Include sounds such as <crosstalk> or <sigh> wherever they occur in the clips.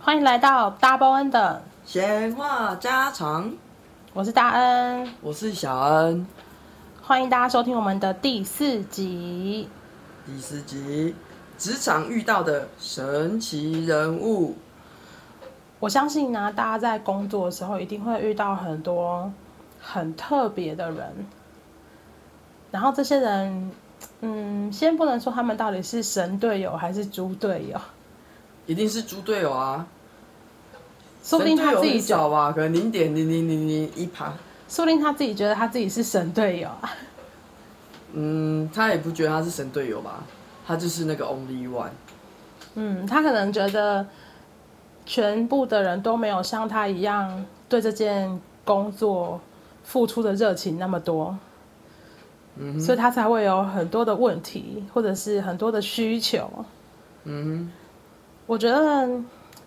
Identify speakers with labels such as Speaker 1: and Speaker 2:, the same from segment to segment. Speaker 1: 欢迎来到大包恩的，
Speaker 2: 闲话家常，
Speaker 1: 我是大恩，
Speaker 2: 我是小恩，
Speaker 1: 欢迎大家收听我们的第四集。
Speaker 2: 第四集，职场遇到的神奇人物。
Speaker 1: 我相信呢、大家在工作的时候一定会遇到很多很特别的人，然后这些人，嗯，先不能说他们到底是神队友还是猪队友，
Speaker 2: 一定是猪队友啊！
Speaker 1: 说不定他自己
Speaker 2: 神队友很少吧，可能零点零零零零一趴。
Speaker 1: 说不定他自己觉得他自己是神队友啊。
Speaker 2: 嗯，他也不觉得他是神队友吧？他就是那个 only one。
Speaker 1: 嗯，他可能觉得全部的人都没有像他一样对这件工作付出的热情那么多，
Speaker 2: 嗯哼
Speaker 1: 所以他才会有很多的问题，或者是很多的需求。
Speaker 2: 嗯
Speaker 1: 我觉得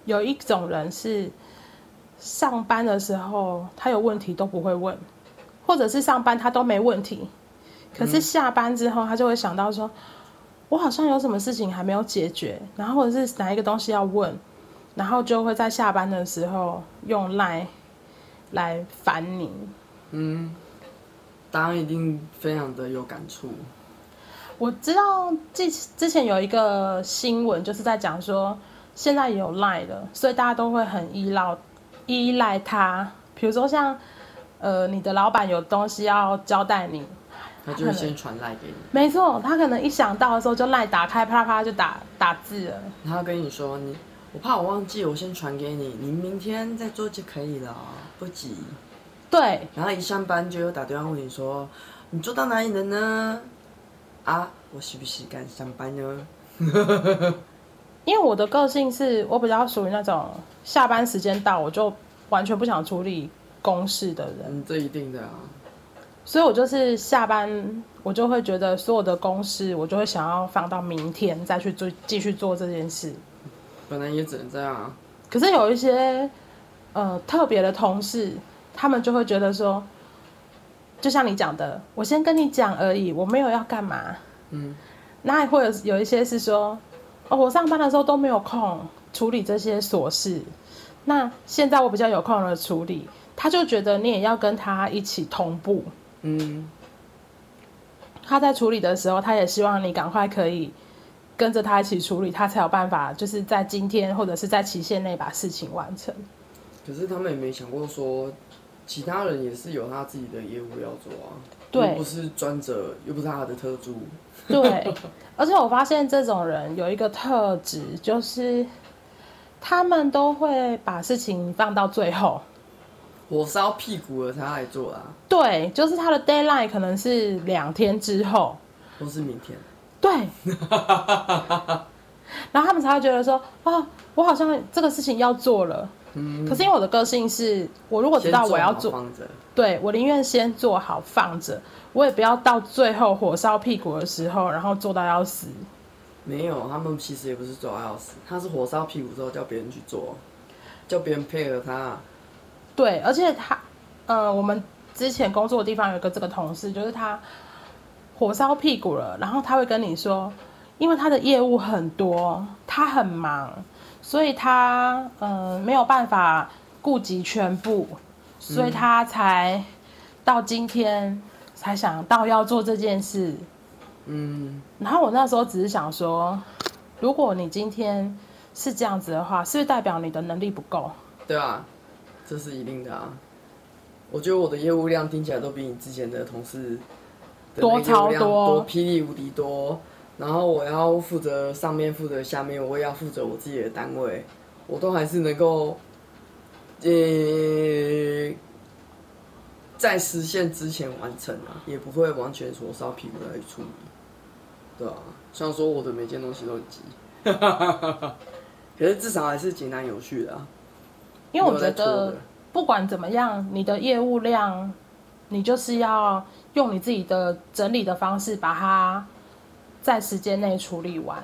Speaker 1: 有一种人是上班的时候他有问题都不会问，或者是上班他都没问题，可
Speaker 2: 嗯
Speaker 1: 是下班之后他就会想到说，我好像有什么事情还没有解决，然后或者是哪一个东西要问，然后就会在下班的时候用赖来烦你。
Speaker 2: 哼嗯，大家一定非常的有感触。
Speaker 1: 我知道之之前有一个新闻，就是在讲说现在有 Line 了，所以大家都会很依赖依赖它。比如说像呃，你的老板有东西要交代你，
Speaker 2: 他就会先传赖给你，
Speaker 1: 没错，他可能一想到的时候就 Line 打开，啪啪就打打字了。
Speaker 2: 他跟你说你，我怕我忘记，我先传给你，你明天再做就可以了，不急。
Speaker 1: 对，
Speaker 2: 然后一上班就又打电话问你说：“你做到哪里了呢？”啊，我是不是该上班呢？
Speaker 1: 因为我的个性是我比较属于那种下班时间到我就完全不想处理公事的人。
Speaker 2: 嗯，这一定的啊。
Speaker 1: 所以我就是下班，我就会觉得所有的公事，我就会想要放到明天再去做，继续做这件事。
Speaker 2: 本来也只能这样啊。
Speaker 1: 可是有一些呃特别的同事，他们就会觉得说，就像你讲的，我先跟你讲而已，我没有要干嘛。
Speaker 2: 嗯，
Speaker 1: 那会有有一些是说，哦，我上班的时候都没有空处理这些琐事，那现在我比较有空了处理，他就觉得你也要跟他一起同步。
Speaker 2: 嗯，
Speaker 1: 他在处理的时候，他也希望你赶快可以跟着他一起处理，他才有办法就是在今天或者是在期限内把事情完成。
Speaker 2: 可是他们也没想过说，其他人也是有他自己的业务要做啊。
Speaker 1: 对
Speaker 2: 又不是专责，又不是他的特助。
Speaker 1: 对，而且我发现这种人有一个特质，就是他们都会把事情放到最后。
Speaker 2: 火烧屁股了才来做啊啦，
Speaker 1: 对，就是他的 d a y l i n e 可能是两天之后，
Speaker 2: 或是明天。 <laughs>
Speaker 1: 对，然后他们才会觉得说，哦，我好像这个事情要做了。
Speaker 2: 嗯，
Speaker 1: 可是因为我的个性是，我如果知道我要做
Speaker 2: 先，好放着。
Speaker 1: 对我宁愿先做好放着，我也不要到最后火烧屁股的时候，然后做到要死。
Speaker 2: 没有，他们其实也不是做要死，他是火烧屁股之后叫别人去做，叫别人配合他。
Speaker 1: 对，而且他，呃，我们之前工作的地方有一个这个同事，就是他火烧屁股了，然后他会跟你说，因为他的业务很多，他很忙，所以他呃没有办法顾及全部，
Speaker 2: 嗯
Speaker 1: 所以他才到今天才想到要做这件事。
Speaker 2: 嗯，
Speaker 1: 然后我那时候只是想说，如果你今天是这样子的话，是不是代表你的能力不够？
Speaker 2: 对啊，这是一定的啊。我觉得我的业务量听起来都比你之前的同事的那个
Speaker 1: 多超
Speaker 2: 业务量
Speaker 1: 多
Speaker 2: 多霹雳无敌多。然后我要负责上面，负责下面，我也要负责我自己的单位，我都还是能够，呃，在实现之前完成啊，也不会完全火烧屁股来处理。对啊，虽然说我的每件东西都很急， <laughs> 可是至少还是简单有序的、啊。
Speaker 1: 因为我
Speaker 2: 没有
Speaker 1: 觉
Speaker 2: 在拖
Speaker 1: 得
Speaker 2: 的
Speaker 1: 不管怎么样，你的业务量，你就是要用你自己的整理的方式把它在时间内处理完，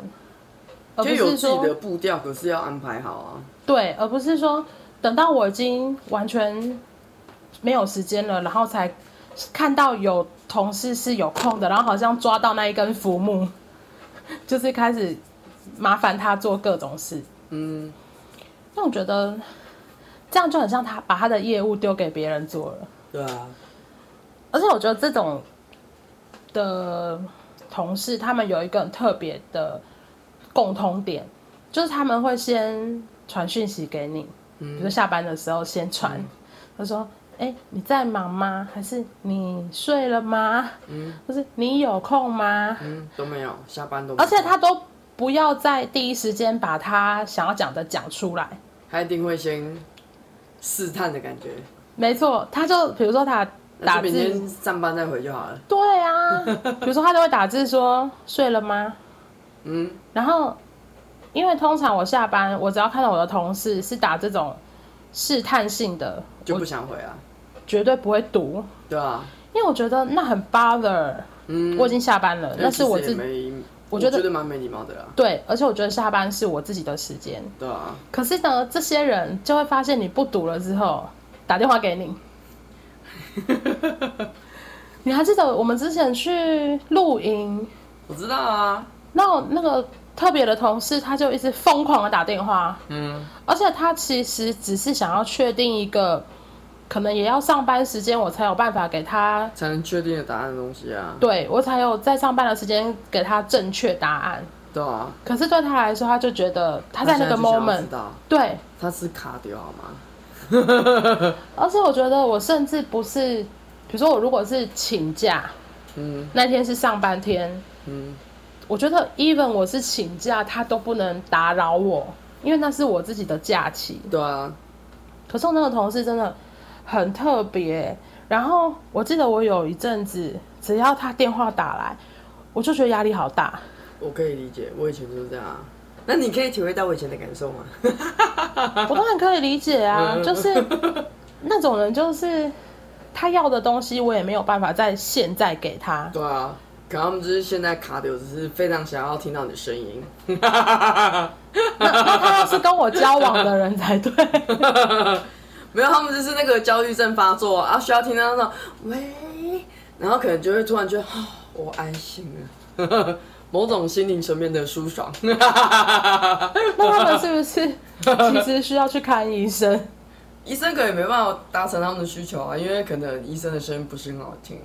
Speaker 1: 而不
Speaker 2: 就有
Speaker 1: 是
Speaker 2: 自己的
Speaker 1: 说
Speaker 2: 步调，可是要安排好啊。
Speaker 1: 对，而不是说等到我已经完全没有时间了，然后才看到有同事是有空的，然后好像抓到那一根浮木， <laughs> 就是开始麻烦他做各种事。
Speaker 2: 嗯，
Speaker 1: 那我觉得这样就很像他把他的业务丢给别人做了，
Speaker 2: 对啊，
Speaker 1: 而且我觉得这种的同事，他们有一个很特别的共通点，就是他们会先传讯息给你，
Speaker 2: 嗯
Speaker 1: 比如说下班的时候先传，他说：“哎、你在忙吗？还是你睡了吗？
Speaker 2: 嗯
Speaker 1: 或是你有空吗？”
Speaker 2: 嗯，都没有，下班都没
Speaker 1: 而
Speaker 2: 有，
Speaker 1: 且他都不要在第一时间把他想要讲的讲出来。
Speaker 2: 他一定会先试探的感觉，
Speaker 1: 没错，他就比如说他打
Speaker 2: 就明
Speaker 1: 字，
Speaker 2: 天上班再回就好了。
Speaker 1: 对啊，比如说他都会打字说睡了吗？
Speaker 2: 嗯，
Speaker 1: 然后因为通常我下班，我只要看到我的同事是打这种试探性的，
Speaker 2: 就
Speaker 1: 我
Speaker 2: 不想回啊，
Speaker 1: 绝对不会读，
Speaker 2: 对啊，
Speaker 1: 因为我觉得那很 bother。
Speaker 2: 嗯，
Speaker 1: 我已经下班了，那是我
Speaker 2: 其实
Speaker 1: 自
Speaker 2: 也没，
Speaker 1: 我
Speaker 2: 我
Speaker 1: 觉得
Speaker 2: 蛮没礼貌的啦，
Speaker 1: 对，而且我觉得下班是我自己的时间。
Speaker 2: 对啊，
Speaker 1: 可是呢，这些人就会发现你不读了之后，打电话给你。你还记得我们之前去露营，
Speaker 2: 我知道啊，
Speaker 1: 然后那个特别的同事他就一直疯狂的打电话，
Speaker 2: 嗯，
Speaker 1: 而且他其实只是想要确定一个，可能也要上班时间我才有办法给他，
Speaker 2: 才能确定的答案的东西啊，
Speaker 1: 对我才有在上班的时间给他正确答案。
Speaker 2: 对啊，
Speaker 1: 可是对他来说，他就觉得他
Speaker 2: 他
Speaker 1: 在那个
Speaker 2: 现就想要
Speaker 1: moment
Speaker 2: 知道
Speaker 1: 对
Speaker 2: 他是卡掉好吗？
Speaker 1: 而且我觉得我甚至不是，比如说我如果是请假
Speaker 2: 嗯
Speaker 1: 那天是上班天，
Speaker 2: 嗯，
Speaker 1: 我觉得 even 我是请假，他都不能打扰我，因为那是我自己的假期。
Speaker 2: 对啊，
Speaker 1: 可是我那个同事真的很特别，然后我记得我有一阵子，只要他电话打来，我就觉得压力好
Speaker 2: <laughs>
Speaker 1: 大。
Speaker 2: 我可以理解，我以前就是这样啊。那你可以体会到我以前的感受吗？
Speaker 1: 我当然可以理解啊，
Speaker 2: 嗯
Speaker 1: 就是那种人，就是他要的东西，我也没有办法在现在给他。
Speaker 2: <laughs> 对啊，可他们就是现在卡掉，只是非常想要听到你的声音。
Speaker 1: 那那他要是跟我交往的人才对。
Speaker 2: 没有，他们就是那个焦虑症发作啊，需要听到那种喂，然后可能就会突然觉得，哦、我安心了， <laughs> 某种心灵层面的舒爽。 <laughs>
Speaker 1: 那他们是不是其实需要去看医
Speaker 2: <laughs>
Speaker 1: 生？
Speaker 2: 医生可能也没办法达成他们的需求啊，因为可能医生的声音不是很好听，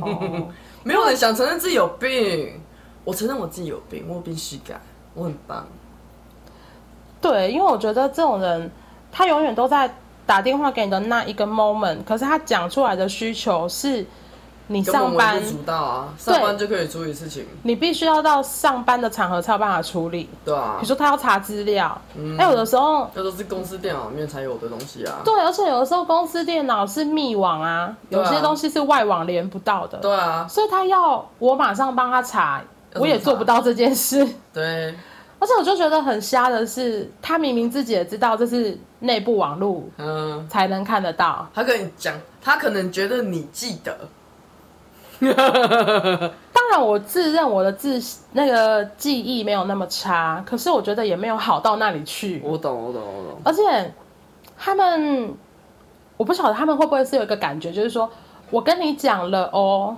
Speaker 1: 哦，
Speaker 2: 没有人想承认自己有病。我承认我自己有病，我有病耻感，我很棒。
Speaker 1: 对，因为我觉得这种人，他永远都在打电话给你的那一个 moment，可是他讲出来的需求是你
Speaker 2: 根本
Speaker 1: 上
Speaker 2: 微
Speaker 1: 班
Speaker 2: 不，足道啊，上班就可以处理事情，
Speaker 1: 你必须要到上班的场合才有办法处理。
Speaker 2: 对
Speaker 1: 比 <laughs>
Speaker 2: 啊
Speaker 1: 如，说他要查资料，
Speaker 2: 嗯
Speaker 1: 哎、有的时候。
Speaker 2: 这都是公司电脑里面才有的东西啊。
Speaker 1: 对，而且有的时候公司电脑是密网啊，有
Speaker 2: 对
Speaker 1: 些
Speaker 2: 啊
Speaker 1: 东西是外网连不到的，
Speaker 2: 对啊，
Speaker 1: 所以他要我马上帮他查，
Speaker 2: 要怎么
Speaker 1: 我也做不到这件事。 <laughs>
Speaker 2: 对，
Speaker 1: 而且我就觉得很瞎的是，他明明自己也知道这是内部网络
Speaker 2: 嗯。
Speaker 1: 才能看得到，
Speaker 2: 他跟你讲，他可能觉得你记得，
Speaker 1: 当然我自认我的自那个记忆没有那么差，可是我觉得也没有好到那里去。
Speaker 2: 我懂，我懂，我懂。
Speaker 1: 而且他们，我不晓得他们会不会是有一个感觉，就是说我跟你讲了哦，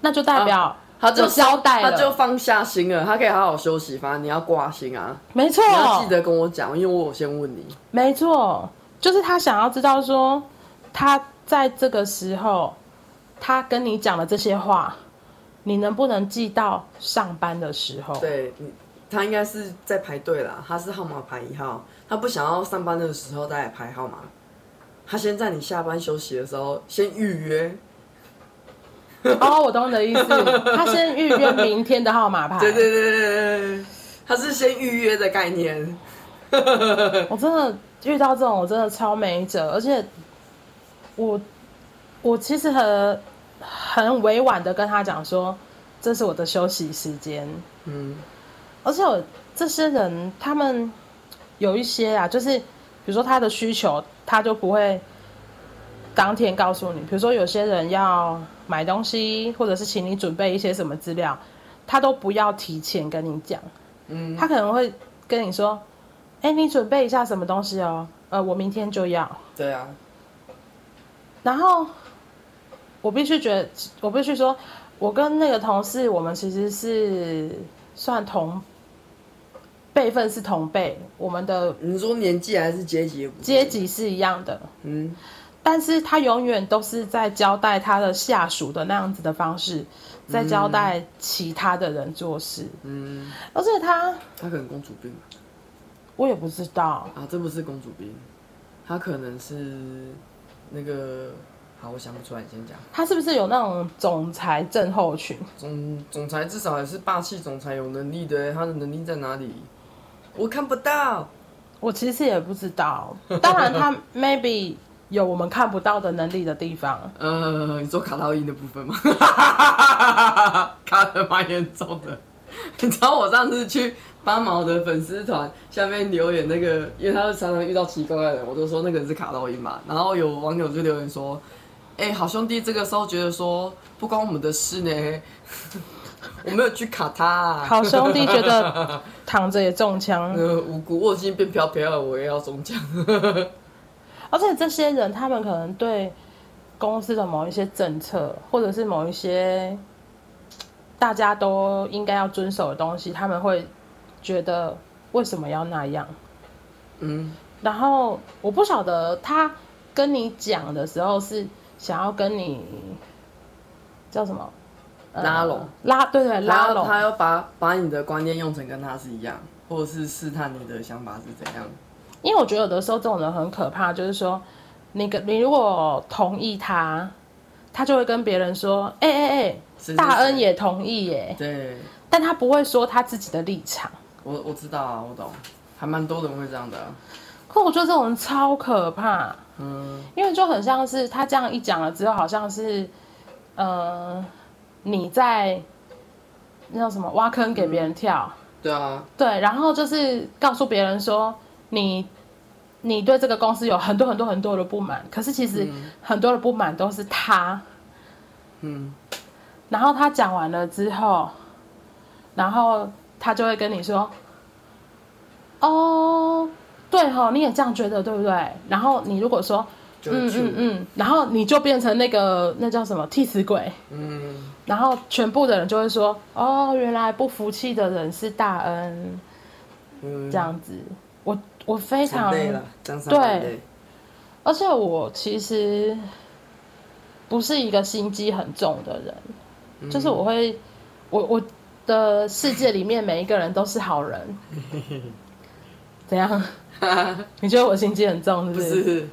Speaker 1: 那就代表、
Speaker 2: 他就
Speaker 1: 有交代了
Speaker 2: 他就放下心了，他可以好好休息。反正你要挂心啊，
Speaker 1: 没错，
Speaker 2: 你要记得跟我讲，因为我有先问你。
Speaker 1: 没错，就是他想要知道说，他在这个时候，他跟你讲的这些话，你能不能记到上班的时候？
Speaker 2: 对，你他应该是在排队啦，他是号码排一号，他不想要上班的时候再来排号码，他先在你下班休息的时候先预约。
Speaker 1: 哦，我懂你的意思。
Speaker 2: <laughs>
Speaker 1: 他先预约明天的号码牌。
Speaker 2: 对对对对对对，他是先预约的概念。
Speaker 1: 我真的遇到这种，我真的超没辙，而且我我其实很很委婉的跟他讲说，这是我的休息时间，
Speaker 2: 嗯，
Speaker 1: 而且我这些人他们有一些啊，就是比如说他的需求，他就不会当天告诉你，比如说有些人要买东西，或者是请你准备一些什么资料，他都不要提前跟你讲。
Speaker 2: 嗯，
Speaker 1: 他可能会跟你说：“哎、你准备一下什么东西哦，呃，我明天就要。
Speaker 2: 对啊，”
Speaker 1: 然后我必须觉得，我必须说，我跟那个同事，我们其实是算同辈分是同辈，我们的
Speaker 2: 你说年纪还是阶级也不是？
Speaker 1: 阶级是一样的，
Speaker 2: 嗯，
Speaker 1: 但是他永远都是在交代他的下属的那样子的方式，在交代其他的人做事。
Speaker 2: 嗯，
Speaker 1: 而且他，
Speaker 2: 她可能公主病
Speaker 1: 我也不知道，
Speaker 2: 啊，这不是公主病，她可能是那个，好，我想不出来，你先讲。
Speaker 1: 他是不是有那种总裁症候群？
Speaker 2: 总总裁至少也是霸气总裁，有能力的欸，他的能力在哪里？我看不到。
Speaker 1: 我其实也不知道。当然，他 maybe 有我们看不到的能力的地方。
Speaker 2: 呃，你说卡到音的部分吗？ <laughs> 卡的蛮严重的。你知道我上次去八毛的粉丝团下面留言那个，因为他常常遇到奇怪的人，我就说那个人是卡到音嘛。然后有网友就留言说：“哎、好兄弟，这个时候觉得说不关我们的事呢， <laughs> 我没有去卡他、啊。”
Speaker 1: 好兄弟觉得躺着也中
Speaker 2: <laughs>
Speaker 1: 枪，
Speaker 2: 呃，无辜，我已经变飘飘了，我也要中奖。 <laughs>
Speaker 1: 而且这些人他们可能对公司的某一些政策，或者是某一些大家都应该要遵守的东西，他们会觉得为什么要那样？
Speaker 2: 嗯，
Speaker 1: 然后我不晓得他跟你讲的时候是想要跟你叫什么、呃
Speaker 2: 拉拢
Speaker 1: 拉对对拉
Speaker 2: 他
Speaker 1: 拢，
Speaker 2: 他要把把你的观念用成跟他是一样，或者是试探你的想法是怎样。
Speaker 1: 因为我觉得有的时候这种人很可怕，就是说，你跟你如果同意他，他就会跟别人说，哎哎
Speaker 2: 是
Speaker 1: 哎，
Speaker 2: 是
Speaker 1: 大
Speaker 2: 是
Speaker 1: 恩也同意耶，
Speaker 2: 对，
Speaker 1: 但他不会说他自己的立场。
Speaker 2: 我我知道啊，我懂，还蛮多人会这样的啊、
Speaker 1: 可我觉得这种人超可怕，
Speaker 2: 嗯，
Speaker 1: 因为就很像是他这样一讲了之后，好像是，呃，你在那叫什么挖坑给别人跳，
Speaker 2: 对啊，
Speaker 1: 对，然后就是告诉别人说你你对这个公司有很多很多很多的不满，可是其实很多的不满都是他。
Speaker 2: 嗯，
Speaker 1: 然后他讲完了之后，然后他就会跟你说：“哦，对哦，你也这样觉得对不对？”然后你如果说“
Speaker 2: 就
Speaker 1: 嗯
Speaker 2: 就
Speaker 1: 嗯嗯”，然后你就变成那个那叫什么替死鬼。
Speaker 2: 嗯
Speaker 1: 然后全部的人就会说：“哦，原来不服气的人是大恩。”
Speaker 2: 嗯
Speaker 1: 这样子。我我非常
Speaker 2: 很累了，这样上班很
Speaker 1: 对
Speaker 2: 累。
Speaker 1: 而且我其实不是一个心机很重的人，
Speaker 2: 嗯
Speaker 1: 就是我会我我的世界里面每一个人都是好人。
Speaker 2: <laughs>
Speaker 1: 怎样？你觉得我心机很重是不
Speaker 2: 不
Speaker 1: 是？
Speaker 2: 是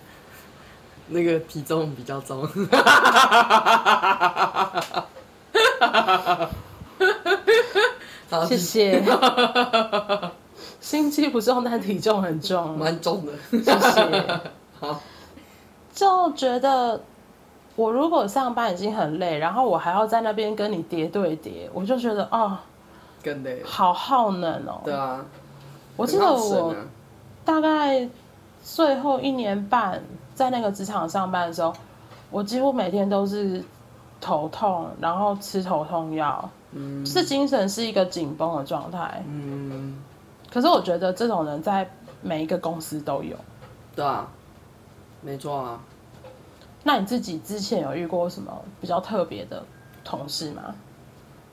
Speaker 2: 那个体重比较重， <laughs> 好
Speaker 1: 谢谢。 <laughs> 心机不重，但体重很重。
Speaker 2: <laughs> 蛮重的。
Speaker 1: 谢谢。
Speaker 2: <laughs> 好，
Speaker 1: 就觉得我如果上班已经很累，然后我还要在那边跟你叠对叠，我就觉得哦，
Speaker 2: 更累。
Speaker 1: 好耗能哦。
Speaker 2: 对啊，
Speaker 1: 我记
Speaker 2: 很
Speaker 1: 得
Speaker 2: 耗神
Speaker 1: 我
Speaker 2: 啊
Speaker 1: 大概最后一年半在那个职场上班的时候，我几乎每天都是头痛，然后吃头痛药，
Speaker 2: 嗯
Speaker 1: 是精神是一个紧绷的状态。
Speaker 2: 嗯，
Speaker 1: 可是我觉得这种人在每一个公司都有。
Speaker 2: 对啊，没错啊。
Speaker 1: 那你自己之前有遇过什么比较特别的同事吗？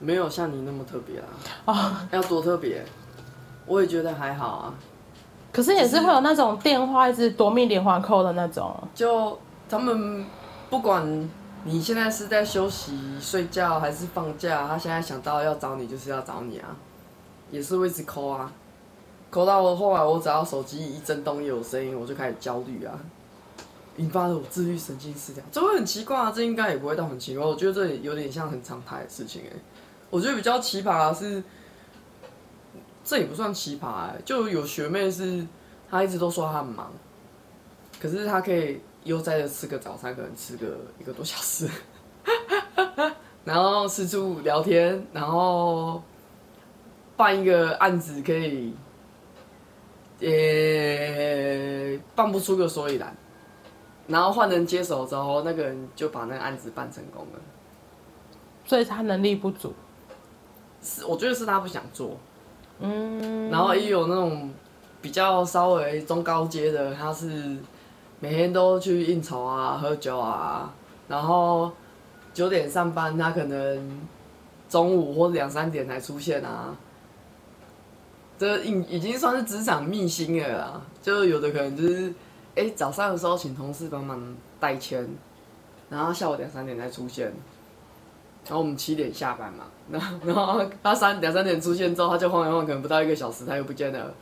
Speaker 2: 没有像你那么特别啊。要多特别？我也觉得还好啊。
Speaker 1: 可是也是会有那种电话一直夺命连环扣的那种，
Speaker 2: 就他们不管你现在是在休息、睡觉还是放假，他现在想到要找你就是要找你啊，也是会一直抠啊。抠到我后来，我只要手机一震动一有声音，我就开始焦虑啊，引发了我自律神经失调。这会很奇怪啊，这应该也不会到很奇怪。我觉得这也有点像很常态的事情哎、我觉得比较奇葩的是，这也不算奇葩、欸，就有学妹是她一直都说她很忙，可是她可以悠哉的吃个早餐，可能吃个一个多小时， <laughs> 然后四处聊天，然后办一个案子可以，呃、办不出个所以然。然后换人接手之后，那个人就把那个案子办成功了。
Speaker 1: 所以他能力不足。
Speaker 2: 是，我觉得是他不想做，
Speaker 1: 嗯，
Speaker 2: 然后也有那种比较稍微中高阶的，他是每天都去应酬啊、喝酒啊，然后九点上班，他可能中午或者两三点才出现啊。这已已经算是职场秘辛了啦。就有的可能就是，哎、早上的时候请同事帮忙代签，然后下午两三点才出现，然后我们七点下班嘛，然后然后他三两三点出现之后，他就晃一晃，可能不到一个小时他又不见了，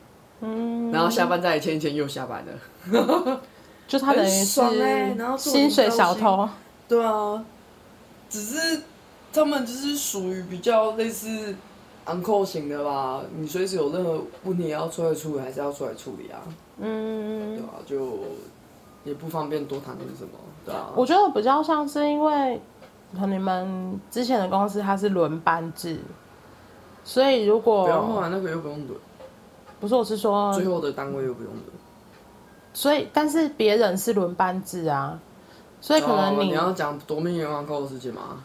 Speaker 1: 嗯，
Speaker 2: 然后下班再来签一签又下班了。
Speaker 1: 就他等于
Speaker 2: 很
Speaker 1: 是
Speaker 2: 爽欸然后做得
Speaker 1: 薪水
Speaker 2: 很高
Speaker 1: 小
Speaker 2: 兴
Speaker 1: 偷，
Speaker 2: 对啊，只是他们就是属于比较类似 uncle 型的吧，你随时有任何问题要出来处理，还是要出来处理啊，对
Speaker 1: 嗯，
Speaker 2: 啊，就也不方便多谈论什么，对啊，
Speaker 1: 我觉得比较像是因为可能你们之前的公司它是轮班制，所以如
Speaker 2: 不要后
Speaker 1: 果
Speaker 2: 来那个又不用轮，
Speaker 1: 不是我是说
Speaker 2: 最后的单位又不用轮，
Speaker 1: 所以，但是别人是轮班制啊，所以可能
Speaker 2: 哦你
Speaker 1: 你
Speaker 2: 要讲夺命阎王扣的事情吗？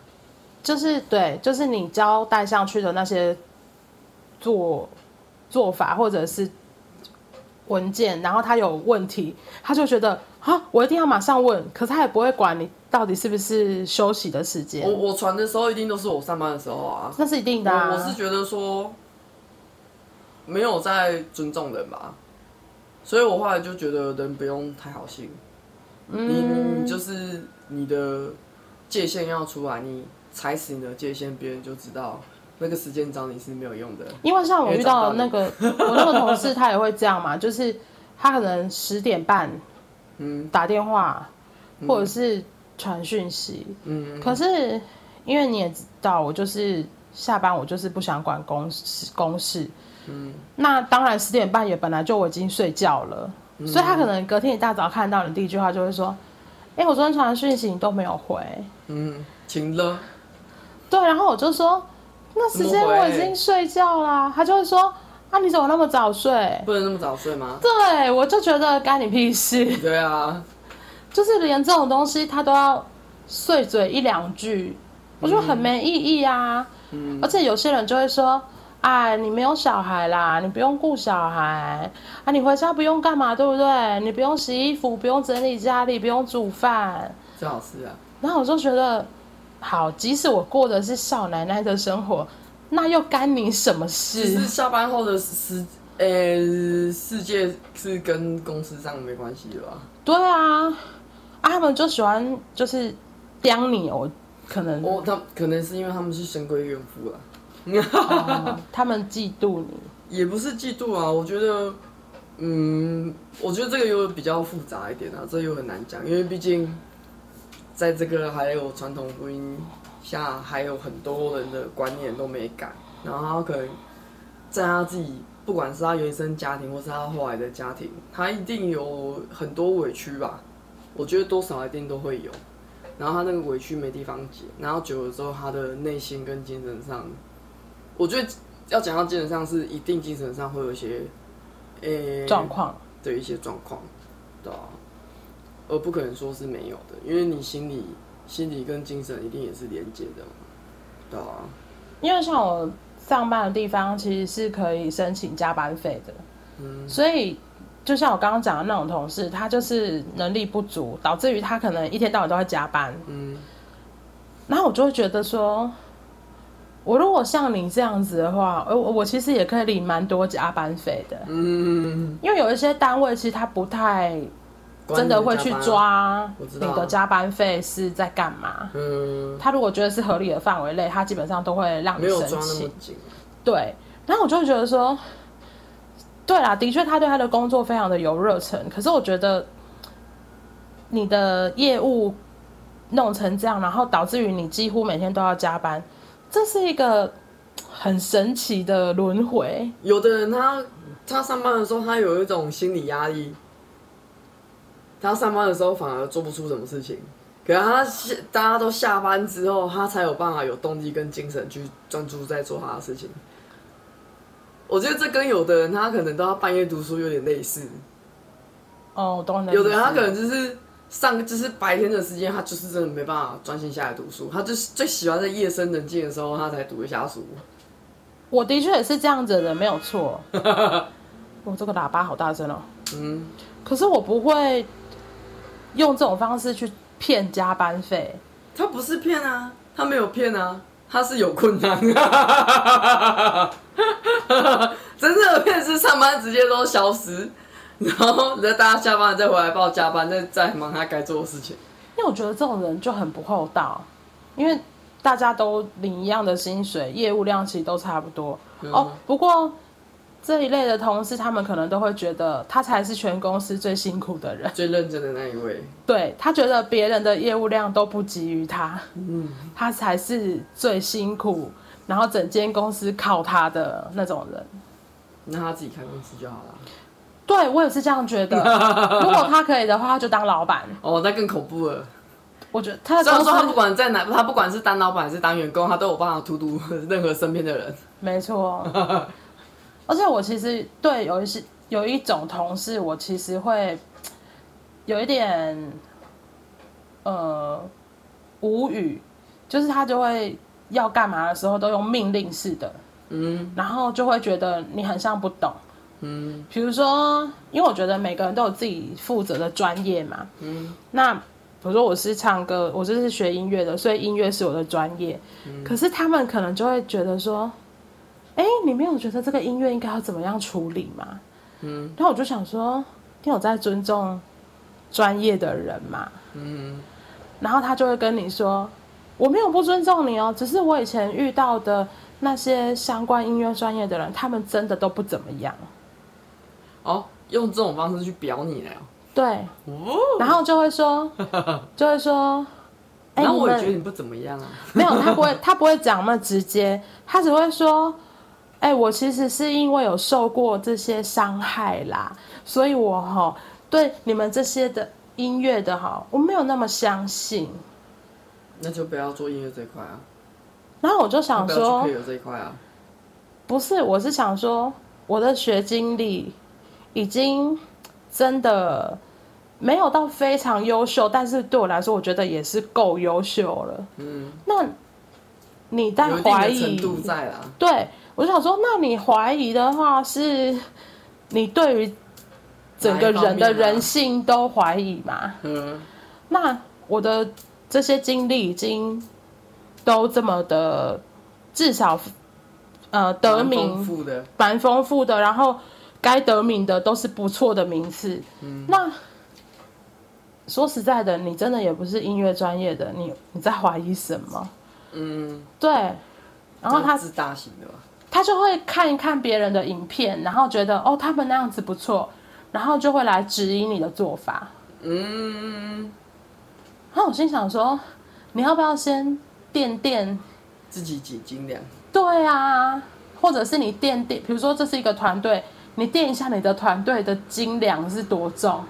Speaker 1: 就是对，就是你交代上去的那些做做法或者是文件，然后他有问题，他就觉得啊，我一定要马上问，可是他也不会管你到底是不是休息的时间
Speaker 2: 我，我传的时候一定都是我上班的时候啊，
Speaker 1: 那是一定的、啊
Speaker 2: 哦我我是觉得说没有在尊重人吧，所以我后来就觉得人不用太好心，
Speaker 1: 嗯
Speaker 2: 你你就是你的界限要出来，你踩死你的界限，别人就知道那个时间找你是没有用的。
Speaker 1: 因为像我遇到的那个我那个同事，他也会这样嘛，就是他可能十点半
Speaker 2: 嗯
Speaker 1: 打电话，或者是传讯息，
Speaker 2: 嗯，
Speaker 1: 可是因为你也知道，我就是下班，我就是不想管公事公事。
Speaker 2: 嗯，
Speaker 1: 那当然十点半也本来就我已经睡觉了，
Speaker 2: 嗯
Speaker 1: 所以他可能隔天一大早看到你第一句话就会说：“哎、我昨天传的讯息你都没有回。
Speaker 2: 嗯，请了，”
Speaker 1: 对，然后我就说：“那时间
Speaker 2: 怎么回
Speaker 1: 我已经睡觉啦。”他就会说：“啊，你怎么那么早睡
Speaker 2: 不能那么早睡？”吗？
Speaker 1: 对，我就觉得干你屁事。
Speaker 2: 对啊，
Speaker 1: 就是连这种东西他都要碎嘴一两句，我觉得很
Speaker 2: 嗯
Speaker 1: 没意义啊。而且有些人就会说：“哎，你没有小孩啦，你不用顾小孩啊，你回家不用干嘛，对不对？你不用洗衣服，不用整理家里，不用煮饭。
Speaker 2: 最好是啊，”
Speaker 1: 然后我就觉得，好，即使我过的是少奶奶的生活，那又干你什么
Speaker 2: 只
Speaker 1: 事 <laughs>
Speaker 2: 是？下班后的时，呃、世界是跟公司上没关系的吧？
Speaker 1: 对啊，啊，他们就喜欢就是刁你，我可能、
Speaker 2: 哦，他可能是因为他们是深闺怨妇啦，
Speaker 1: 啊他们嫉妒你。
Speaker 2: 也不是嫉妒啊。我觉得，嗯，我觉得这个又比较复杂一点啊，这又很难讲，因为毕竟在这个还有传统婚姻下，还有很多人的观念都没改，然后他可能在他自己，不管是他原生家庭或是他后来的家庭，他一定有很多委屈吧。我觉得多少一定都会有，然后他那个委屈没地方解，然后久了之后，他的内心跟精神上，我觉得要讲到精神上是一定精神上会有一些，呃、
Speaker 1: 状况。
Speaker 2: 的一些状况，对啊，而不可能说是没有的，因为你心理、心理跟精神一定也是连接的嘛，对啊，
Speaker 1: 因为像我上班的地方其实是可以申请加班费的，
Speaker 2: 嗯
Speaker 1: 所以就像我刚刚讲的那种同事，他就是能力不足，导致于他可能一天到晚都在加班。
Speaker 2: 嗯，
Speaker 1: 然后我就会觉得说，我如果像你这样子的话，呃我我其实也可以领蛮多加班费的，
Speaker 2: 嗯，
Speaker 1: 因为有一些单位其实他不太真的会去
Speaker 2: 关
Speaker 1: 抓
Speaker 2: 我知
Speaker 1: 你
Speaker 2: 道啊
Speaker 1: 的加班费是在干嘛。
Speaker 2: 于你加班，嗯，
Speaker 1: 他如果觉得是合理的范围内，他基本上都会让你
Speaker 2: 没有
Speaker 1: 申
Speaker 2: 抓那
Speaker 1: 请
Speaker 2: 么。紧，
Speaker 1: 对，然后我就会觉得说，对啦，的确他对他的工作非常的有热忱，可是我觉得你的业务弄成这样，然后导致于你几乎每天都要加班，这是一个很神奇的轮回。
Speaker 2: 有的人他他上班的时候，他有一种心理压力，他上班的时候反而做不出什么事情。可是他下大家都下班之后，他才有办法有动力跟精神去专注在做他的事情。我觉得这跟有的人他可能都要半夜读书有点类似，
Speaker 1: 哦，我懂你的
Speaker 2: 有的
Speaker 1: 意
Speaker 2: 人他
Speaker 1: 思
Speaker 2: 可能就是上就是白天的时间，他就是真的没办法专心下来读书，他就是最喜欢在夜深人静的时候他才读一下书。
Speaker 1: 我的确也是这样子的人，没有
Speaker 2: <laughs>
Speaker 1: 错。我这个喇叭好大声哦。
Speaker 2: 嗯，
Speaker 1: 可是我不会用这种方式去骗加班费。
Speaker 2: 他不是骗啊，他没有骗啊，他是有困难， <laughs> 真正的骗是上班直接都消失，然后等大家下班了再回来报加班，再再忙他该做的事情。
Speaker 1: 因为我觉得这种人就很不厚道，因为大家都领一样的薪水，业务量其实都差不多。
Speaker 2: 嗯
Speaker 1: 哦，不过这一类的同事，他们可能都会觉得他才是全公司最辛苦的人，
Speaker 2: 最认真的那一位，
Speaker 1: 对他觉得别人的业务量都不及于他，
Speaker 2: 嗯，
Speaker 1: 他才是最辛苦，然后整间公司靠他的那种人。
Speaker 2: 那他自己开公司就好了。
Speaker 1: 对我也是这样觉
Speaker 2: <laughs>
Speaker 1: 得。如果他可以的话，他就当老板。
Speaker 2: 哦，那更恐怖了。
Speaker 1: 我觉得他
Speaker 2: 虽
Speaker 1: 的
Speaker 2: 然
Speaker 1: 公
Speaker 2: 说他不
Speaker 1: 司
Speaker 2: 管在哪，他不管是当老板还是当员工，他都有办法荼毒 <laughs> 任何身边的人。
Speaker 1: 没错， <laughs> 而且我其实对有一些有一种同事，我其实会有一点呃无语，就是他就会要干嘛的时候都用命令式的，
Speaker 2: 嗯
Speaker 1: 然后就会觉得你很像不懂。
Speaker 2: 嗯
Speaker 1: 比如说，因为我觉得每个人都有自己负责的专业嘛。
Speaker 2: 嗯
Speaker 1: 那比如说我是唱歌，我就是学音乐的，所以音乐是我的专业。
Speaker 2: 嗯
Speaker 1: 可是他们可能就会觉得说，哎，你没有觉得这个音乐应该要怎么样处理吗？
Speaker 2: 嗯
Speaker 1: 然后我就想说，你有在尊重专业的人吗？
Speaker 2: 嗯，
Speaker 1: 然后他就会跟你说，我没有不尊重你哦，只是我以前遇到的那些相关音乐专业的人，他们真的都不怎么样。
Speaker 2: 哦，用这种方式去表你了。
Speaker 1: 对，
Speaker 2: 哦，
Speaker 1: 然后就会
Speaker 2: <laughs>
Speaker 1: 说，就会说，哎、
Speaker 2: 然后
Speaker 1: 你
Speaker 2: 我也
Speaker 1: 们
Speaker 2: 觉得你不怎么样啊。
Speaker 1: <laughs> 没有，他不会，他不会讲那么直接，他只会说，哎、我其实是因为有受过这些伤害啦，所以我哈对你们这些的音乐的哈，我没有那么相信。
Speaker 2: 那就不要做音乐这一块啊，
Speaker 1: 然后我就想
Speaker 2: 不要
Speaker 1: 说
Speaker 2: 去，配合这一块啊。
Speaker 1: 不是，我是想说，我的学经历已经真的没有到非常优秀，但是对我来说，我觉得也是够优秀了。
Speaker 2: 嗯，
Speaker 1: 那你在
Speaker 2: 有一定
Speaker 1: 怀
Speaker 2: 的
Speaker 1: 疑
Speaker 2: 程度在啦。
Speaker 1: 对，我就想说，那你怀疑的话是，你对于整个人的人性都怀疑嘛？
Speaker 2: 嗯，
Speaker 1: 那我的这些经历已经都这么的，至少呃得
Speaker 2: 蛮丰
Speaker 1: 名
Speaker 2: 富的，
Speaker 1: 蛮丰富的，然后该得名的都是不错的名次。
Speaker 2: 嗯
Speaker 1: 那说实在的，你真的也不是音乐专业的，你你在怀疑什么？
Speaker 2: 嗯，
Speaker 1: 对，然后他
Speaker 2: 是大型的吧？
Speaker 1: 他就会看一看别人的影片，然后觉得哦他们那样子不错，然后就会来质疑你的做法。
Speaker 2: 嗯，
Speaker 1: 然后我心想说，你要不要先垫垫？
Speaker 2: 自己几斤两，
Speaker 1: 对啊，或者是你垫垫，比如说这是一个团队，你垫一下你的团队的斤两是多重，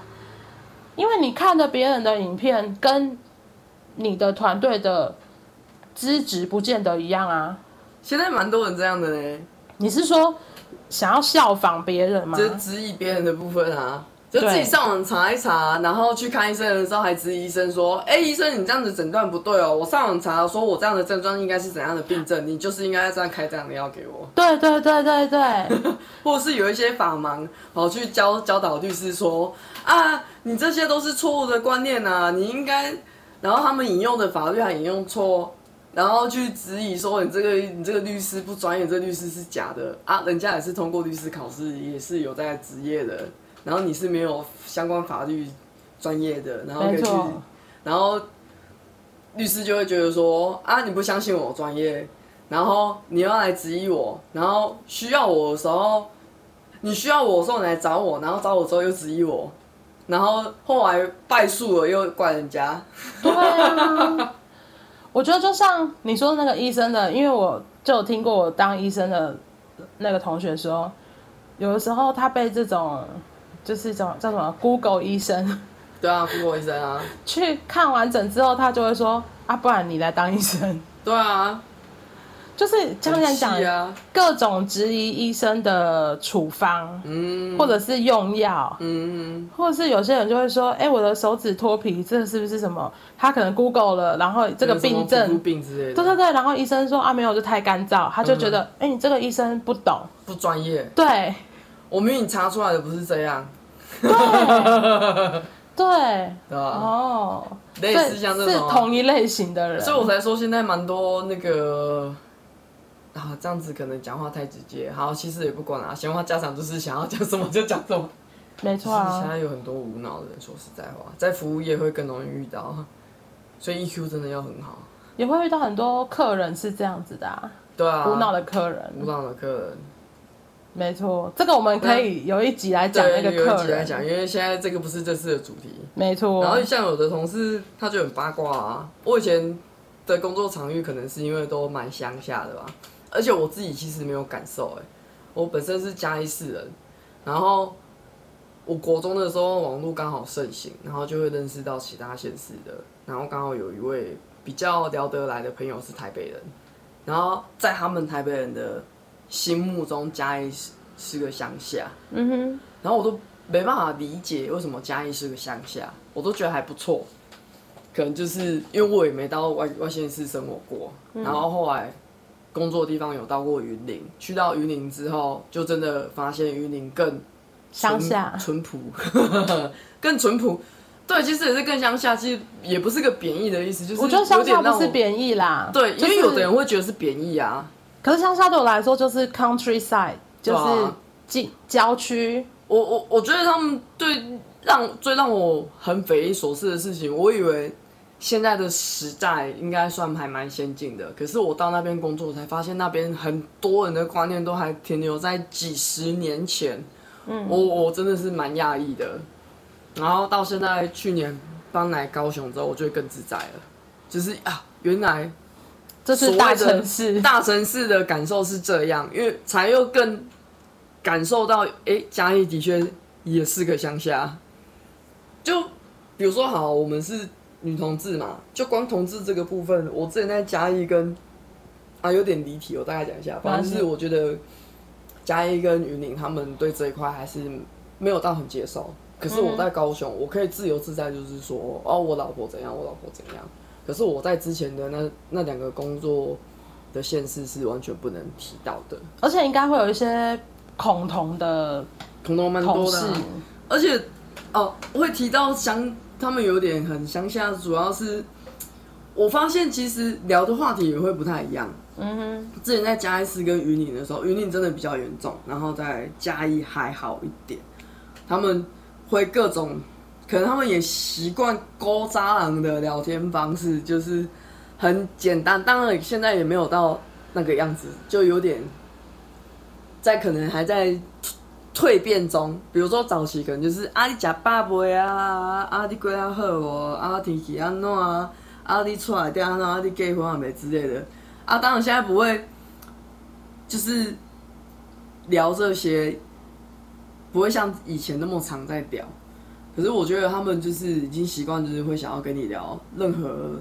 Speaker 1: 因为你看着别人的影片，跟你的团队的资质不见得一样啊。
Speaker 2: 现在蛮多人这样的嘞，
Speaker 1: 你是说想要效仿别人吗？
Speaker 2: 就是质疑别人的部分啊，就自己
Speaker 1: 啊对
Speaker 2: 上网查一查，然后去看医生的时候还质疑医生说：“哎、医生，你这样子诊断不对哦，我上网查说我这样的症状应该是怎样的病症，你就是应该这样开这样的药给我。
Speaker 1: 对对对对对，”
Speaker 2: 或者是有一些法盲跑去教教导律师说：“啊，你这些都是错误的观念啊，你应该……”然后他们引用的法律还引用错。然后去质疑说你这个你这个律师不专业，这律师是假的啊！人家也是通过律师考试，也是有在职业的，然后你是没有相关法律专业的，然后可
Speaker 1: 没
Speaker 2: 以去，
Speaker 1: 错，
Speaker 2: 然后律师就会觉得说啊，你不相信我专业，然后你要来质疑我，然后需要我的时候，你需要我的时候你来找我，然后找我之后又质疑我，然后后来败诉了又怪人家，
Speaker 1: 对啊。我觉得就像你说那个医生的，因为我就有听过我当医生的那个同学说，有的时候他被这种就是这种叫什么 Google 医生
Speaker 2: 对啊，不过医生啊，
Speaker 1: 去看完整之后，他就会说啊，不然你来当医生，
Speaker 2: 对啊，
Speaker 1: 就是像人讲
Speaker 2: 很气啊，
Speaker 1: 各种质疑医生的处方，
Speaker 2: 嗯
Speaker 1: 或者是用药，
Speaker 2: 嗯，
Speaker 1: 或者是有些人就会说，哎、我的手指脱皮，这是不是什么？他可能 Google 了，然后这个
Speaker 2: 嗯有什么
Speaker 1: 病
Speaker 2: 皮肤
Speaker 1: 症，
Speaker 2: 病之类的，
Speaker 1: 对对对，然后医生说啊，没有，就太干燥，他就觉得，
Speaker 2: 嗯
Speaker 1: 哎、你这个医生不懂，
Speaker 2: 不专业，
Speaker 1: 对
Speaker 2: 我明明查出来的不是这样，
Speaker 1: 对，对，
Speaker 2: <laughs> 对吧？
Speaker 1: 哦，
Speaker 2: 嗯类
Speaker 1: 所以
Speaker 2: 似像这
Speaker 1: 是
Speaker 2: 种啊
Speaker 1: 同一类型的人，
Speaker 2: 所以我才说现在蛮多那个啊，这样子可能讲话太直接。好，其实也不管啊，闲话家常就是想要讲什么就讲什么。
Speaker 1: 没
Speaker 2: 其
Speaker 1: 错
Speaker 2: 实现
Speaker 1: 啊，
Speaker 2: 在有很多无脑的人，说实在话，在服务业会更容易遇到，所以 EQ 真的要很好。
Speaker 1: 也会遇到很多客人是这样子的、啊，
Speaker 2: 对啊，
Speaker 1: 无脑的客人，
Speaker 2: 无脑的客人，
Speaker 1: 没错，这个我们可以有一集来讲那
Speaker 2: 嗯对，
Speaker 1: 个
Speaker 2: 有一
Speaker 1: 客
Speaker 2: 集来
Speaker 1: 人，
Speaker 2: 讲，因为现在这个不是这次的主题。
Speaker 1: 没错，
Speaker 2: 然后像有的同事他就很八卦啊，我以前的工作场域可能是因为都蛮乡下的吧，而且我自己其实没有感受哎、我本身是嘉义市人，然后我国中的时候网络刚好盛行，然后就会认识到其他县市的，然后刚好有一位比较聊得来的朋友是台北人，然后在他们台北人的心目中，嘉义是是个乡下，
Speaker 1: 嗯哼，
Speaker 2: 然后我都没办法理解为什么嘉义是个乡下，我都觉得还不错。可能就是因为我也没到外外县市生活过，
Speaker 1: 嗯
Speaker 2: 然后后来工作的地方有到过云林，去到云林之后，就真的发现云林更
Speaker 1: 乡下，
Speaker 2: 淳朴， <laughs> 更淳朴。对，其实也是更乡下，其实也不是个贬义的意思，就是
Speaker 1: 我觉得乡下
Speaker 2: 有点让
Speaker 1: 不是
Speaker 2: 我
Speaker 1: 贬义啦，
Speaker 2: 对，
Speaker 1: 就
Speaker 2: 因为有的
Speaker 1: 是
Speaker 2: 人会觉得是贬义啊。
Speaker 1: 可是乡下对我来说就是 countryside，就
Speaker 2: 对
Speaker 1: 是
Speaker 2: 啊
Speaker 1: 近郊区，
Speaker 2: 我我我觉得他们最让最让我很匪夷所思的事情，我以为现在的时代应该算还蛮先进的，可是我到那边工作才发现，那边很多人的观念都还停留在几十年前。嗯，我我真的是蛮讶异的。然后到现在去年搬来高雄之后，我就更自在了，就是啊，原来
Speaker 1: 这
Speaker 2: 所
Speaker 1: 是
Speaker 2: 谓
Speaker 1: 大
Speaker 2: 的
Speaker 1: 城市，
Speaker 2: 大城市的感受是这样，因为才又更感受到，哎、嘉义的确也是个乡下。就比如说，好，我们是女同志嘛，就光同志这个部分，我之前在嘉义跟啊有点离题，我大概讲一下，反正就是我觉得嘉义跟云林他们对这一块还是没有到很接受。可是我在高雄，我可以自由自在，就是说，哦，我老婆怎样，我老婆怎样。可是我在之前的那那两个工作的县市是完全不能提到的，
Speaker 1: 而且应该会有一些恐同的
Speaker 2: 同同蛮
Speaker 1: 同
Speaker 2: 多的
Speaker 1: 事
Speaker 2: 啊、，而且哦，我会提到乡，他们有点很乡下，主要是我发现其实聊的话题也会不太一样。
Speaker 1: 嗯哼，
Speaker 2: 之前在嘉义市跟云林的时候，云林真的比较严重，然后在嘉义还好一点。他们会各种，可能他们也习惯勾渣郎的聊天方式，就是很简单。当然现在也没有到那个样子，就有点在可能还在蜕变中。比如说早期可能就是啊你吃饱未啊，啊你过得好无，啊天气安怎啊，啊你出来安怎，啊你结婚了没之类的。啊，当然现在不会，就是聊这些，不会像以前那么常在聊。可是我觉得他们就是已经习惯，就是会想要跟你聊任何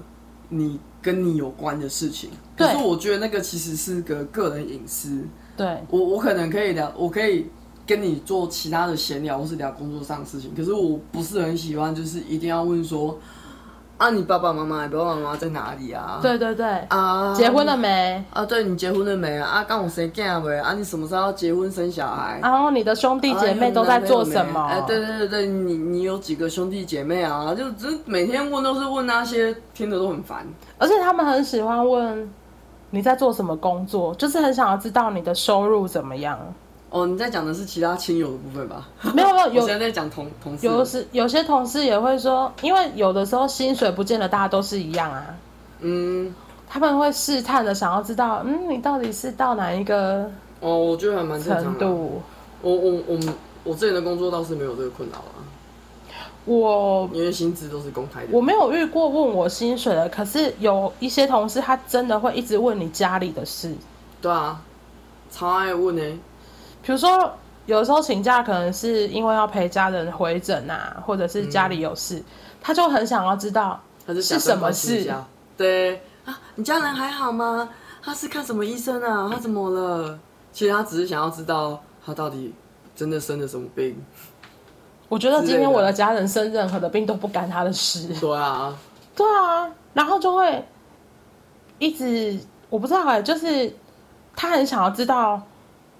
Speaker 2: 你跟你有关的事情。可
Speaker 1: 对
Speaker 2: 是我觉得那个其实是个个人隐私，
Speaker 1: 对，
Speaker 2: 我我可能可以聊，我可以跟你做其他的闲聊，或是聊工作上的事情。可是我不是很喜欢，就是一定要问说啊，你爸爸妈妈，你爸爸妈妈在哪里啊？
Speaker 1: 对对对，
Speaker 2: 啊，
Speaker 1: 结婚了没？
Speaker 2: 啊，对你结婚了没啊？啊，刚我生囝没啊？你什么时候要结婚生小孩？啊
Speaker 1: 然后你的兄啊弟姐妹都在做什么？
Speaker 2: 哎、对对对对，你你有几个兄弟姐妹啊？就只每天问都是问那些，听得都很烦。
Speaker 1: 而且他们很喜欢问你在做什么工作，就是很想要知道你的收入怎么样。
Speaker 2: 哦，你在讲的是其他亲友的部分吧？
Speaker 1: 没有没有
Speaker 2: 我现
Speaker 1: 有
Speaker 2: 在在讲同同事。
Speaker 1: 有时有些同事也会说，因为有的时候薪水不见得大家都是一样啊，
Speaker 2: 嗯，
Speaker 1: 他们会试探的想要知道，嗯，你到底是到哪一个
Speaker 2: 哦，我觉得还蛮正常
Speaker 1: 程
Speaker 2: 的。
Speaker 1: 度？
Speaker 2: 我我我我之前的工作倒是没有这个困扰啊，
Speaker 1: 我
Speaker 2: 因为薪资都是公开的
Speaker 1: 我。没有遇过问我薪水的，可是有一些同事他真的会一直问你家里的事，
Speaker 2: 对啊，超爱问呢、
Speaker 1: 比如说有时候请假可能是因为要陪家人回诊啊，或者是家里有事，他就很想要知道
Speaker 2: 他是
Speaker 1: 是什么事
Speaker 2: 假装关心一下？对啊，你家人还好吗？他是看什么医生啊？他怎么了？其实他只是想要知道他到底真的生了什么病。
Speaker 1: 我觉得今
Speaker 2: 之类
Speaker 1: 天
Speaker 2: 的
Speaker 1: 我的家人生任何的病都不干他的事。<laughs>
Speaker 2: 对啊，
Speaker 1: 对啊，然后就会一直我不知道哎、就是他很想要知道，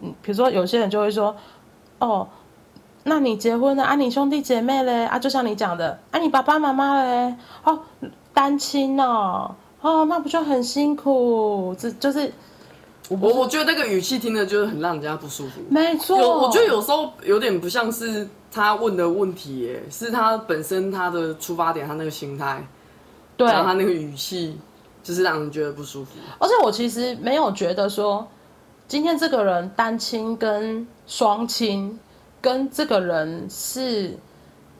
Speaker 1: 嗯，比如说有些人就会说，哦，那你结婚了啊？你兄弟姐妹嘞啊？就像你讲的啊，你爸爸妈妈嘞哦，单亲哦哦，那不就很辛苦？这就是哦
Speaker 2: 我我觉得那个语气听着就是很让人家不舒服。
Speaker 1: 没错。
Speaker 2: 有，我觉得有时候有点不像是他问的问题耶，是他本身他的出发点，他那个心态，
Speaker 1: 对，啊
Speaker 2: 然后他那个语气，就是让人觉得不舒服。
Speaker 1: 而且我其实没有觉得说，今天这个人单亲跟双亲，跟这个人是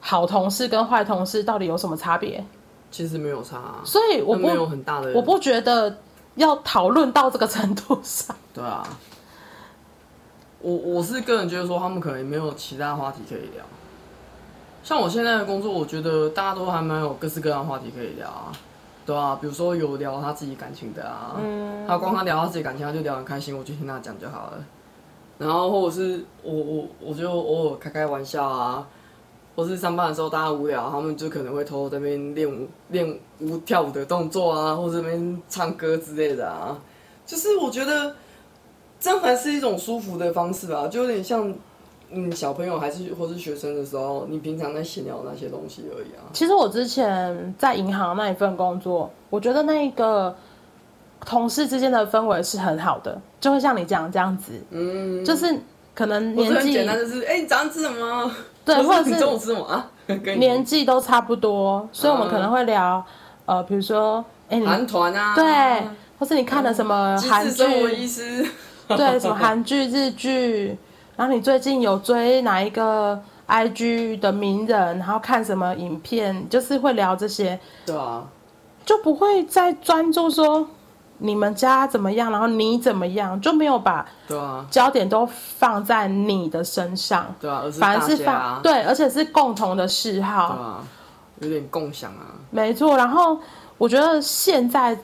Speaker 1: 好同事跟坏同事到底有什么差别？
Speaker 2: 其实没有差、啊，
Speaker 1: 所以我
Speaker 2: 那没有
Speaker 1: 不
Speaker 2: 很大的，
Speaker 1: 我不觉得要讨论到这个程度上。
Speaker 2: 对啊。我我是个人觉得说，他们可能没有其他话题可以聊。像我现在的工作，我觉得大家都还蛮有各式各样的话题可以聊啊，对啊，比如说有聊他自己感情的啊，他光他聊他自己感情，他就聊得很开心，我就听他讲就好了。然后或者是我我我就偶尔开开玩笑啊，或是上班的时候大家无聊，他们就可能会偷偷在那边练舞练舞跳舞的动作啊，或者在那边唱歌之类的啊。就是我觉得这样还是一种舒服的方式吧，啊就有点像嗯小朋友还是或是学生的时候，你平常在闲聊那些东西而已啊。
Speaker 1: 其实我之前在银行那一份工作，我觉得那一个同事之间的氛围是很好的，就会像你讲这样子，
Speaker 2: 嗯，
Speaker 1: 就是可能
Speaker 2: 我是
Speaker 1: 年
Speaker 2: 很
Speaker 1: 纪
Speaker 2: 简单，就是哎、你早上吃什么？
Speaker 1: 对
Speaker 2: 或
Speaker 1: 或者
Speaker 2: 是你
Speaker 1: 是
Speaker 2: 中午吃什么 <laughs> 啊？跟
Speaker 1: 年
Speaker 2: 你
Speaker 1: 纪都差不多，所以我们
Speaker 2: 嗯
Speaker 1: 可能会聊，呃，比如说，哎、你
Speaker 2: 韩团啊，嗯
Speaker 1: 对，或是你看了什么
Speaker 2: 机
Speaker 1: 韩
Speaker 2: 智
Speaker 1: 剧，
Speaker 2: 生活医师，
Speaker 1: 对，什么韩剧、日剧，然后你最近有追哪一个 IG 的名人，然后看什么影片，就是会聊这些，
Speaker 2: 对啊，
Speaker 1: 就不会再专注说你们家怎么样，然后你怎么样，就没有把
Speaker 2: 对啊，
Speaker 1: 焦点都放在你的身上，
Speaker 2: 对啊，而是
Speaker 1: 反
Speaker 2: 大
Speaker 1: 而是
Speaker 2: 家
Speaker 1: 放
Speaker 2: 啊，
Speaker 1: 对，而且是共同的嗜好。
Speaker 2: 对啊，有点共享啊，
Speaker 1: 没错，然后我觉得现在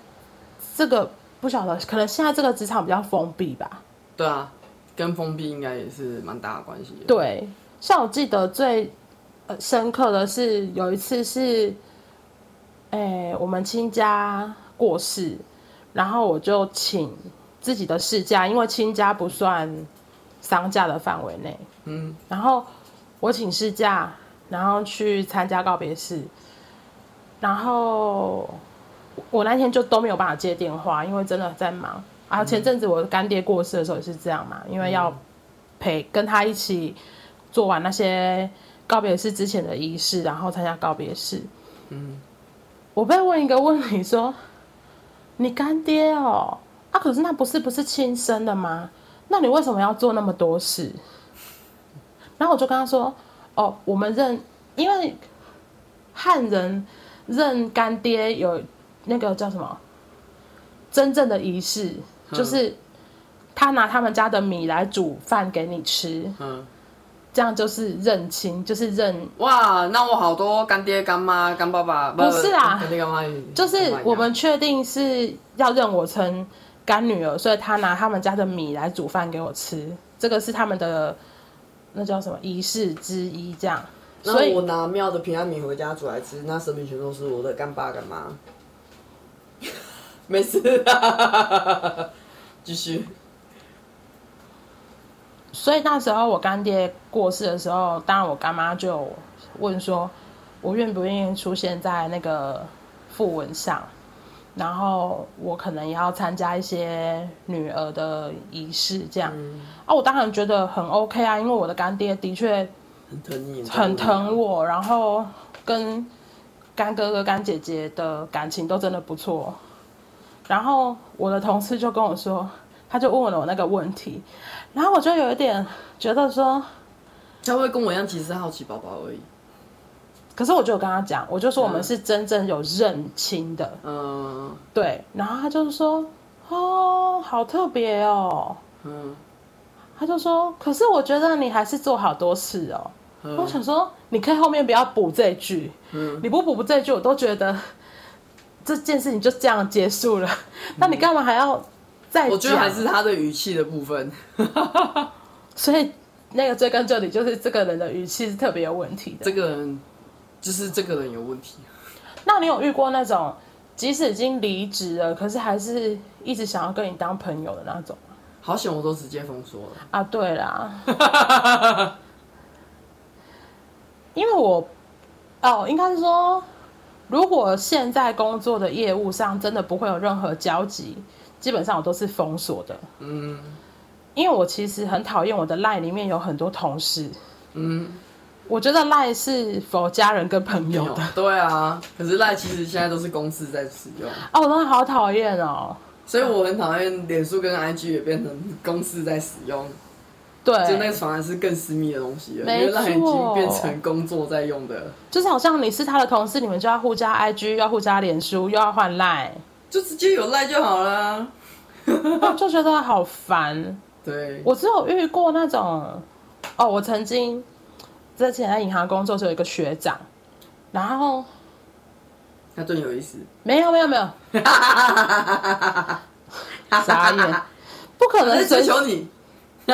Speaker 1: 这个不晓得，可能现在这个职场比较封闭吧。
Speaker 2: 对啊，跟封闭应该也是蛮大的关系的。
Speaker 1: 对，像我记得最呃深刻的是有一次是，哎、我们亲家过世，然后我就请自己的事假，因为亲家不算丧假的范围内。
Speaker 2: 嗯，
Speaker 1: 然后我请事假，然后去参加告别式，然后我那天就都没有办法接电话，因为真的在忙。啊，前阵子我干爹过世的时候也是这样嘛，因为要陪跟他一起做完那些告别式之前的仪式，然后参加告别式。
Speaker 2: 嗯，
Speaker 1: 我被问一个问题说：“你干爹哦，啊，可是那不是不是亲生的吗？那你为什么要做那么多事？”然后我就跟他说：“哦，我们认，因为汉人认干爹有那个叫什么真正的仪式，
Speaker 2: 嗯
Speaker 1: 就是他拿他们家的米来煮饭给你吃，
Speaker 2: 嗯，
Speaker 1: 这样就是认亲，就是认
Speaker 2: 哇，那我好多干爹、干妈、干爸爸，不
Speaker 1: 不是啊
Speaker 2: 干爹干妈
Speaker 1: 就是
Speaker 2: 干妈一样
Speaker 1: 我们确定是要认我成干女儿，所以他拿他们家的米来煮饭给我吃，这个是他们的那叫什么仪式之一，这样。所
Speaker 2: 那
Speaker 1: 以
Speaker 2: 我拿庙的平安米回家煮来吃，那神明全都是我的干爸干
Speaker 1: <laughs>
Speaker 2: 妈。没事啊，继续。
Speaker 1: 所以那时候我干爹过世的时候，当然我干妈就问说，我愿不愿意出现在那个讣文上，然后我可能也要参加一些女儿的仪式这样。啊，我当然觉得很 OK 啊，因为我的干爹的确
Speaker 2: 很疼你，
Speaker 1: 很疼。我，然后跟干哥哥、干姐姐的感情都真的不错。然后我的同事就跟我说，他就问了我那个问题，然后我就有一点觉得说，
Speaker 2: 他会跟我一样，其实是好奇宝宝而已。
Speaker 1: 可是我就有跟他讲，我就说我们
Speaker 2: 嗯
Speaker 1: 是真正有认亲的，
Speaker 2: 嗯
Speaker 1: 对。然后他就说，哦，好特别哦。
Speaker 2: 嗯
Speaker 1: 他就说，可是我觉得你还是做好多事哦。我
Speaker 2: 嗯
Speaker 1: 想说，你可以后面不要补这一句，
Speaker 2: 嗯
Speaker 1: 你不补这一句，我都觉得这件事情就这样结束了。那你干嘛还要再讲？
Speaker 2: 我觉得还是他的语气的部分。
Speaker 1: 所以那个追根究底，就是这个人的语气是特别有问题的。
Speaker 2: 这个人就是这个人有问题。
Speaker 1: 那你有遇过那种即使已经离职了，可是还是一直想要跟你当朋友的那种吗？啊 <laughs>
Speaker 2: 好险，我都直接封锁了。
Speaker 1: 啊，对啦，因为我哦，应该是说，如果现在工作的业务上真的不会有任何交集，基本上我都是封锁的。
Speaker 2: 嗯
Speaker 1: 因为我其实很讨厌我的 line 里面有很多同事，
Speaker 2: 嗯，
Speaker 1: 我觉得 line 是否家人跟朋友的。
Speaker 2: 对啊，可是赖其实现在都是公司在使用，
Speaker 1: 哦，我真的好讨厌哦。
Speaker 2: 所以我很讨厌脸书跟 IG 也变成公司在使用，就那
Speaker 1: 对，
Speaker 2: 个反而是更私密的东西了，因
Speaker 1: 没
Speaker 2: 为
Speaker 1: 错
Speaker 2: 赖已经变成工作在用的，
Speaker 1: 就是好像你是他的同事，你们就要互加 IG，又要互加脸书，又要换 line，
Speaker 2: 就直接有赖就好啦。 <laughs>
Speaker 1: 我就觉得好烦。
Speaker 2: 对，
Speaker 1: 我只有遇过那种，哦，我曾经之前在银行工作时候有一个学长，然后
Speaker 2: 他对你有意思，
Speaker 1: 没有没有没有，傻
Speaker 2: <laughs>
Speaker 1: <laughs> 眼，不可
Speaker 2: 他
Speaker 1: 能
Speaker 2: 在追
Speaker 1: 随
Speaker 2: 求你。 <laughs>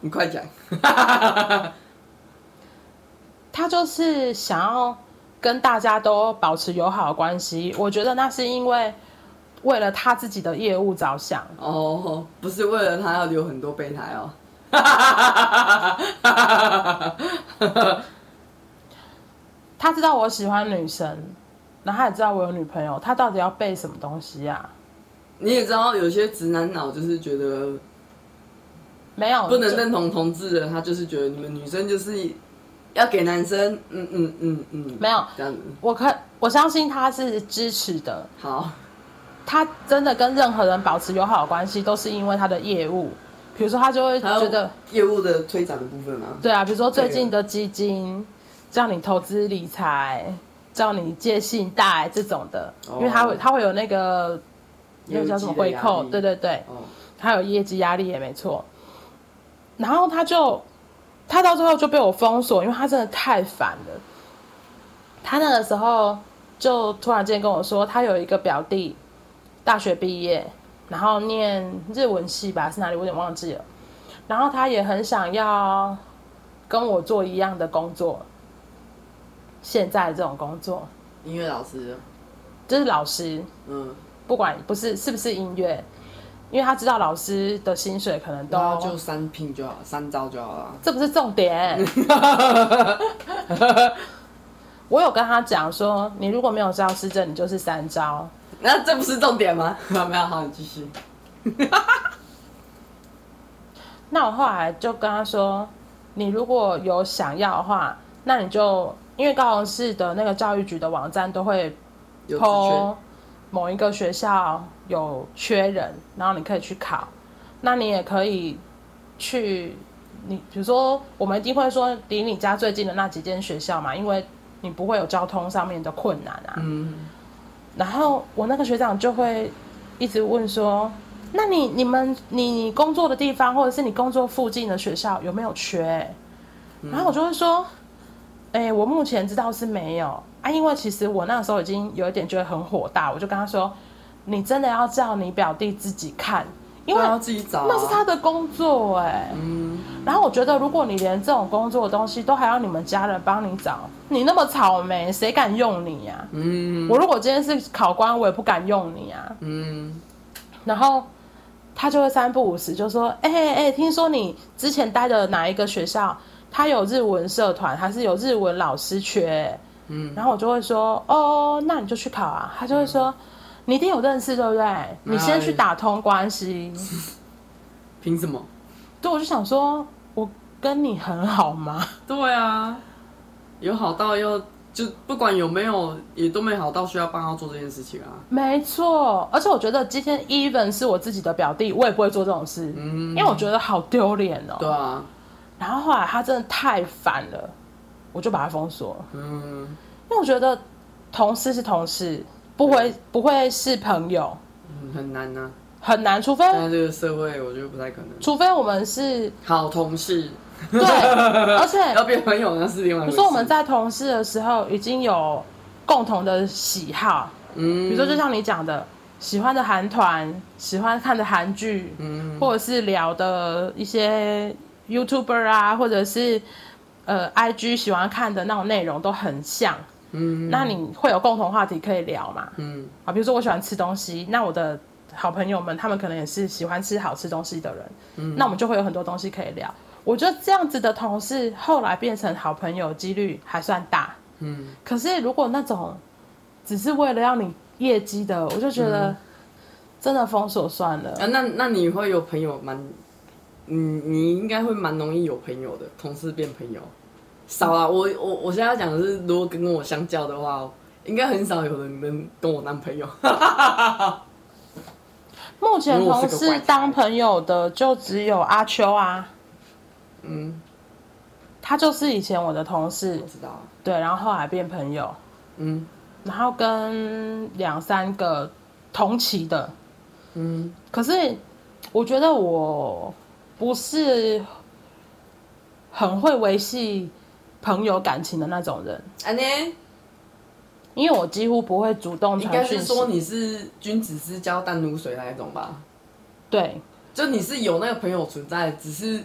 Speaker 2: 你快讲，
Speaker 1: 他就是想要跟大家都保持友好的关系。我觉得那是因为为了他自己的业务着想，
Speaker 2: 哦，不是为了他要留很多备胎哦。 <laughs>
Speaker 1: 他知道我喜欢女生，然后他也知道我有女朋友，他到底要背什么东西啊？
Speaker 2: 你也知道，有些直男脑就是觉得
Speaker 1: 没有，
Speaker 2: 不能
Speaker 1: 哦就
Speaker 2: 认同同志的，他就是觉得你们女生就是要给男生，嗯嗯嗯嗯，
Speaker 1: 没有，
Speaker 2: 这样子
Speaker 1: 我可我相信他是支持的。
Speaker 2: 好。
Speaker 1: 他真的跟任何人保持友好的关系，都是因为他的业务。比如说，他就会
Speaker 2: 还有
Speaker 1: 觉得，
Speaker 2: 业务的推展的部分啊，
Speaker 1: 对啊，比如说最近的基金叫你投资理财，叫你借信贷这种的，因为他会
Speaker 2: 哦
Speaker 1: 他会有那个那
Speaker 2: 业
Speaker 1: 个
Speaker 2: 务
Speaker 1: 叫什么
Speaker 2: 积累
Speaker 1: 回
Speaker 2: 压
Speaker 1: 扣，
Speaker 2: 力
Speaker 1: 对对对，
Speaker 2: 哦，
Speaker 1: 他有业绩压力也没错。然后他就他到最后就被我封锁，因为他真的太烦了。他那个时候就突然间跟我说，他有一个表弟大学毕业，然后念日文系吧，是哪里我有点忘记了。然后他也很想要跟我做一样的工作，现在这种工作
Speaker 2: 音乐老师，
Speaker 1: 就是老师，
Speaker 2: 嗯，
Speaker 1: 不管不是是不是音乐，因为他知道老师的薪水可能都
Speaker 2: 然后就三拼就好，三招就好了。
Speaker 1: 这不是重点。我有跟他讲说，你如果没有教师证，你就是三招。
Speaker 2: <laughs> 那这不是重点
Speaker 1: <laughs>
Speaker 2: 吗？没有，好，你继续。
Speaker 1: 那我后来就跟他说，你如果有想要的话，那你就因为高雄市的那个教育局的网站都会
Speaker 2: 有职缺，
Speaker 1: PO 某一个学校有缺人，然后你可以去考。那你也可以去，你比如说，我们一定会说离你家最近的那几间学校嘛，因为你不会有交通上面的困难啊。
Speaker 2: 嗯，
Speaker 1: 然后我那个学长就会一直问说：“那你、你们、你、你工作的地方，或者是你工作附近的学校有没有缺、然后我就会说：“哎、我目前知道是没有啊，因为其实我那时候已经有一点觉得很火大，我就跟他说：‘你真的要叫你表弟自己看，因为
Speaker 2: 对啊自己找啊，
Speaker 1: 那是他的工作哎、
Speaker 2: 嗯，
Speaker 1: 然后我觉得，如果你连这种工作的东西都还要你们家人帮你找，你那么草莓，谁敢用你啊呀、
Speaker 2: 嗯
Speaker 1: 我如果今天是考官，我也不敢用你啊。
Speaker 2: 嗯，
Speaker 1: 然后他就会三不五时就说：“哎、哎、哎，听说你之前待的哪一个学校，他有日文社团，还是有日文老师缺、
Speaker 2: 嗯
Speaker 1: 然后我就会说：“哦，那你就去考啊。”他就会说：“
Speaker 2: 嗯
Speaker 1: 你一定有认识，对不对？你先去打通关系。
Speaker 2: 哎凭什么？”
Speaker 1: 对，我就想说，我跟你很好吗？
Speaker 2: 对啊，有好到要就不管有没有，也都没好到需要帮他做这件事情啊。
Speaker 1: 没错，而且我觉得今天 even 是我自己的表弟，我也不会做这种事，
Speaker 2: 嗯
Speaker 1: 因为我觉得好丢脸哦。
Speaker 2: 对啊，
Speaker 1: 然后后来他真的太烦了，我就把他封锁了，
Speaker 2: 嗯，
Speaker 1: 因为我觉得同事是同事，不会不会是朋友，
Speaker 2: 嗯很难呐、
Speaker 1: 很难，除非
Speaker 2: 现在这个社会，我觉得不太可能。
Speaker 1: 除非我们是
Speaker 2: 好同事， <laughs>
Speaker 1: 对，而且
Speaker 2: 要变朋友那是另外一
Speaker 1: 比如
Speaker 2: 回事。
Speaker 1: 说我们在同事的时候已经有共同的喜好，
Speaker 2: 嗯，
Speaker 1: 比如说就像你讲的，喜欢的韩团，喜欢看的韩剧，
Speaker 2: 嗯
Speaker 1: 或者是聊的一些 YouTuber 啊，或者是呃 IG 喜欢看的那种内容都很像。
Speaker 2: 嗯
Speaker 1: 那你会有共同话题可以聊嘛？
Speaker 2: 嗯
Speaker 1: 啊，比如说我喜欢吃东西，那我的
Speaker 2: 嗯
Speaker 1: 好朋友们他们可能也是喜欢吃好吃东西的人，那我们就会有很多东西可以聊。我觉得这样子的同事后来变成好朋友几率还算大。
Speaker 2: 嗯，
Speaker 1: 可是如果那种只是为了让你业绩的，我就觉得
Speaker 2: 嗯
Speaker 1: 真的封锁算了。
Speaker 2: 啊，那那你会有朋友蛮，你你应该会蛮容易有朋友的，同事变朋友少啊。我我我现在要讲的是，如果跟我相较的话，应该很少有人能跟我当朋友。
Speaker 1: 目前
Speaker 2: 如果是
Speaker 1: 同
Speaker 2: 个
Speaker 1: 事当朋友的就只有阿秋啊，
Speaker 2: 嗯，
Speaker 1: 他就是以前我的同事
Speaker 2: 我，知道啊。
Speaker 1: 对，然后后来变朋友，
Speaker 2: 嗯
Speaker 1: 然后跟两三个同期的，
Speaker 2: 嗯，
Speaker 1: 可是我觉得我不是很会维系朋友感情的那种人，
Speaker 2: 安呢？
Speaker 1: 因为我几乎不会主动
Speaker 2: 应该
Speaker 1: 传
Speaker 2: 是
Speaker 1: 讯
Speaker 2: 说
Speaker 1: 息。
Speaker 2: 你是君子之交淡如水那一种吧？
Speaker 1: 对，
Speaker 2: 就你是有那个朋友存在，只是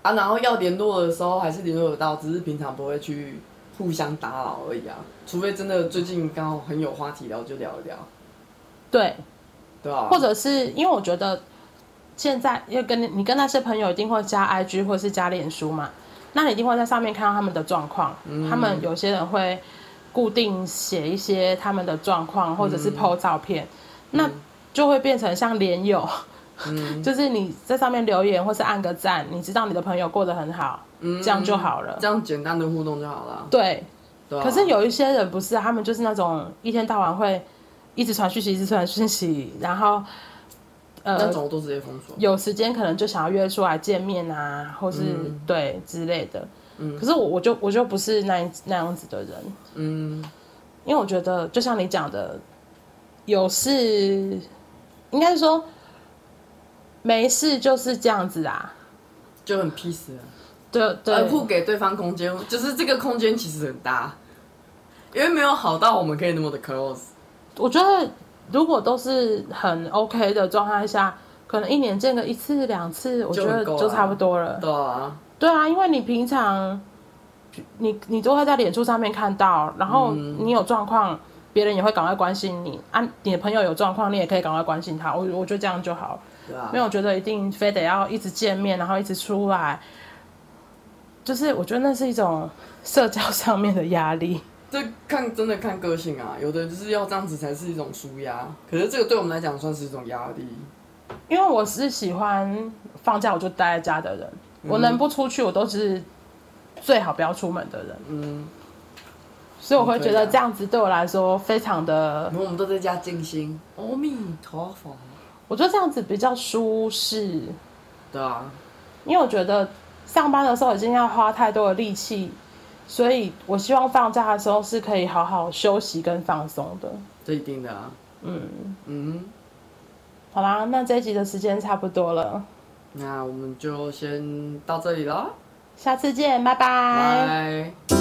Speaker 2: 啊，然后要联络的时候还是联络得到，只是平常不会去互相打扰而已啊。除非真的最近刚好很有话题聊，就聊一聊，
Speaker 1: 对，
Speaker 2: 对吧、
Speaker 1: 或者是因为我觉得现在要跟你你跟那些朋友一定会加 IG 或是加脸书嘛，那你一定会在上面看到他们的状况。
Speaker 2: 嗯
Speaker 1: 他们有些人会固定写一些他们的状
Speaker 2: 嗯
Speaker 1: 况，或者是 PO 照片，那就会变成像连友，<laughs>
Speaker 2: 嗯
Speaker 1: 就是你在上面留言或是按个赞，你知道你的朋友过得很好，
Speaker 2: 嗯
Speaker 1: 这样就好了。
Speaker 2: 这样哦简单的互动就好了，
Speaker 1: 对，
Speaker 2: 对吧、
Speaker 1: 可是有一些人不是啊，他们就是那种一天到晚会一直传讯息，一直传讯息，然后
Speaker 2: 那
Speaker 1: 呃
Speaker 2: 种我都直接封锁。
Speaker 1: 有时间可能就想要约出来见面啊，或是、
Speaker 2: 嗯
Speaker 1: 对之类的。
Speaker 2: 嗯
Speaker 1: 可是我我就我就不是那一那样子的人，
Speaker 2: 嗯
Speaker 1: 因为我觉得就像你讲的，有事应该说没事就是这样子啊，
Speaker 2: 就很 peace 啊，
Speaker 1: 对对、
Speaker 2: 而不给对方空间，就是这个空间其实很大，因为没有好到我们可以那么的 close。
Speaker 1: 我觉得如果都是很 OK 的状态下，可能一年见个一次两次，我觉
Speaker 2: 就很
Speaker 1: 得
Speaker 2: 够了
Speaker 1: 就差不多了。
Speaker 2: 对啊，
Speaker 1: 对啊，因为你平常你你都会在脸书上面看到，然后
Speaker 2: 嗯
Speaker 1: 你有状况，别人也会赶快关心你啊。你的朋友有状况，你也可以赶快关心他。我我觉得这样就好，
Speaker 2: 对啊
Speaker 1: 没，有觉得一定非得要一直见面，然后一直出来。就是我觉得那是一种社交上面的压力。
Speaker 2: 这看真的看个性啊，有的就是要这样子才是一种舒压，可是这个对我们来讲算是一种压力。
Speaker 1: 因为我是喜欢放假我就待在家的人，
Speaker 2: 嗯
Speaker 1: 我能不出去我都是最好不要出门的人，
Speaker 2: 嗯，
Speaker 1: 所以我会觉得
Speaker 2: 对啊
Speaker 1: 这样子对我来说非常的
Speaker 2: 然，后我们都在家静心，阿弥陀佛。
Speaker 1: 我觉得这样子比较舒适，
Speaker 2: 对啊，
Speaker 1: 因为我觉得上班的时候已经要花太多的力气，所以我希望放假的时候是可以好好休息跟放松的。
Speaker 2: 这一定的啊。嗯嗯，
Speaker 1: 好啦，那这一集的时间差不多了，
Speaker 2: 那我们就先到这里了，
Speaker 1: 下次见，拜拜。
Speaker 2: 拜。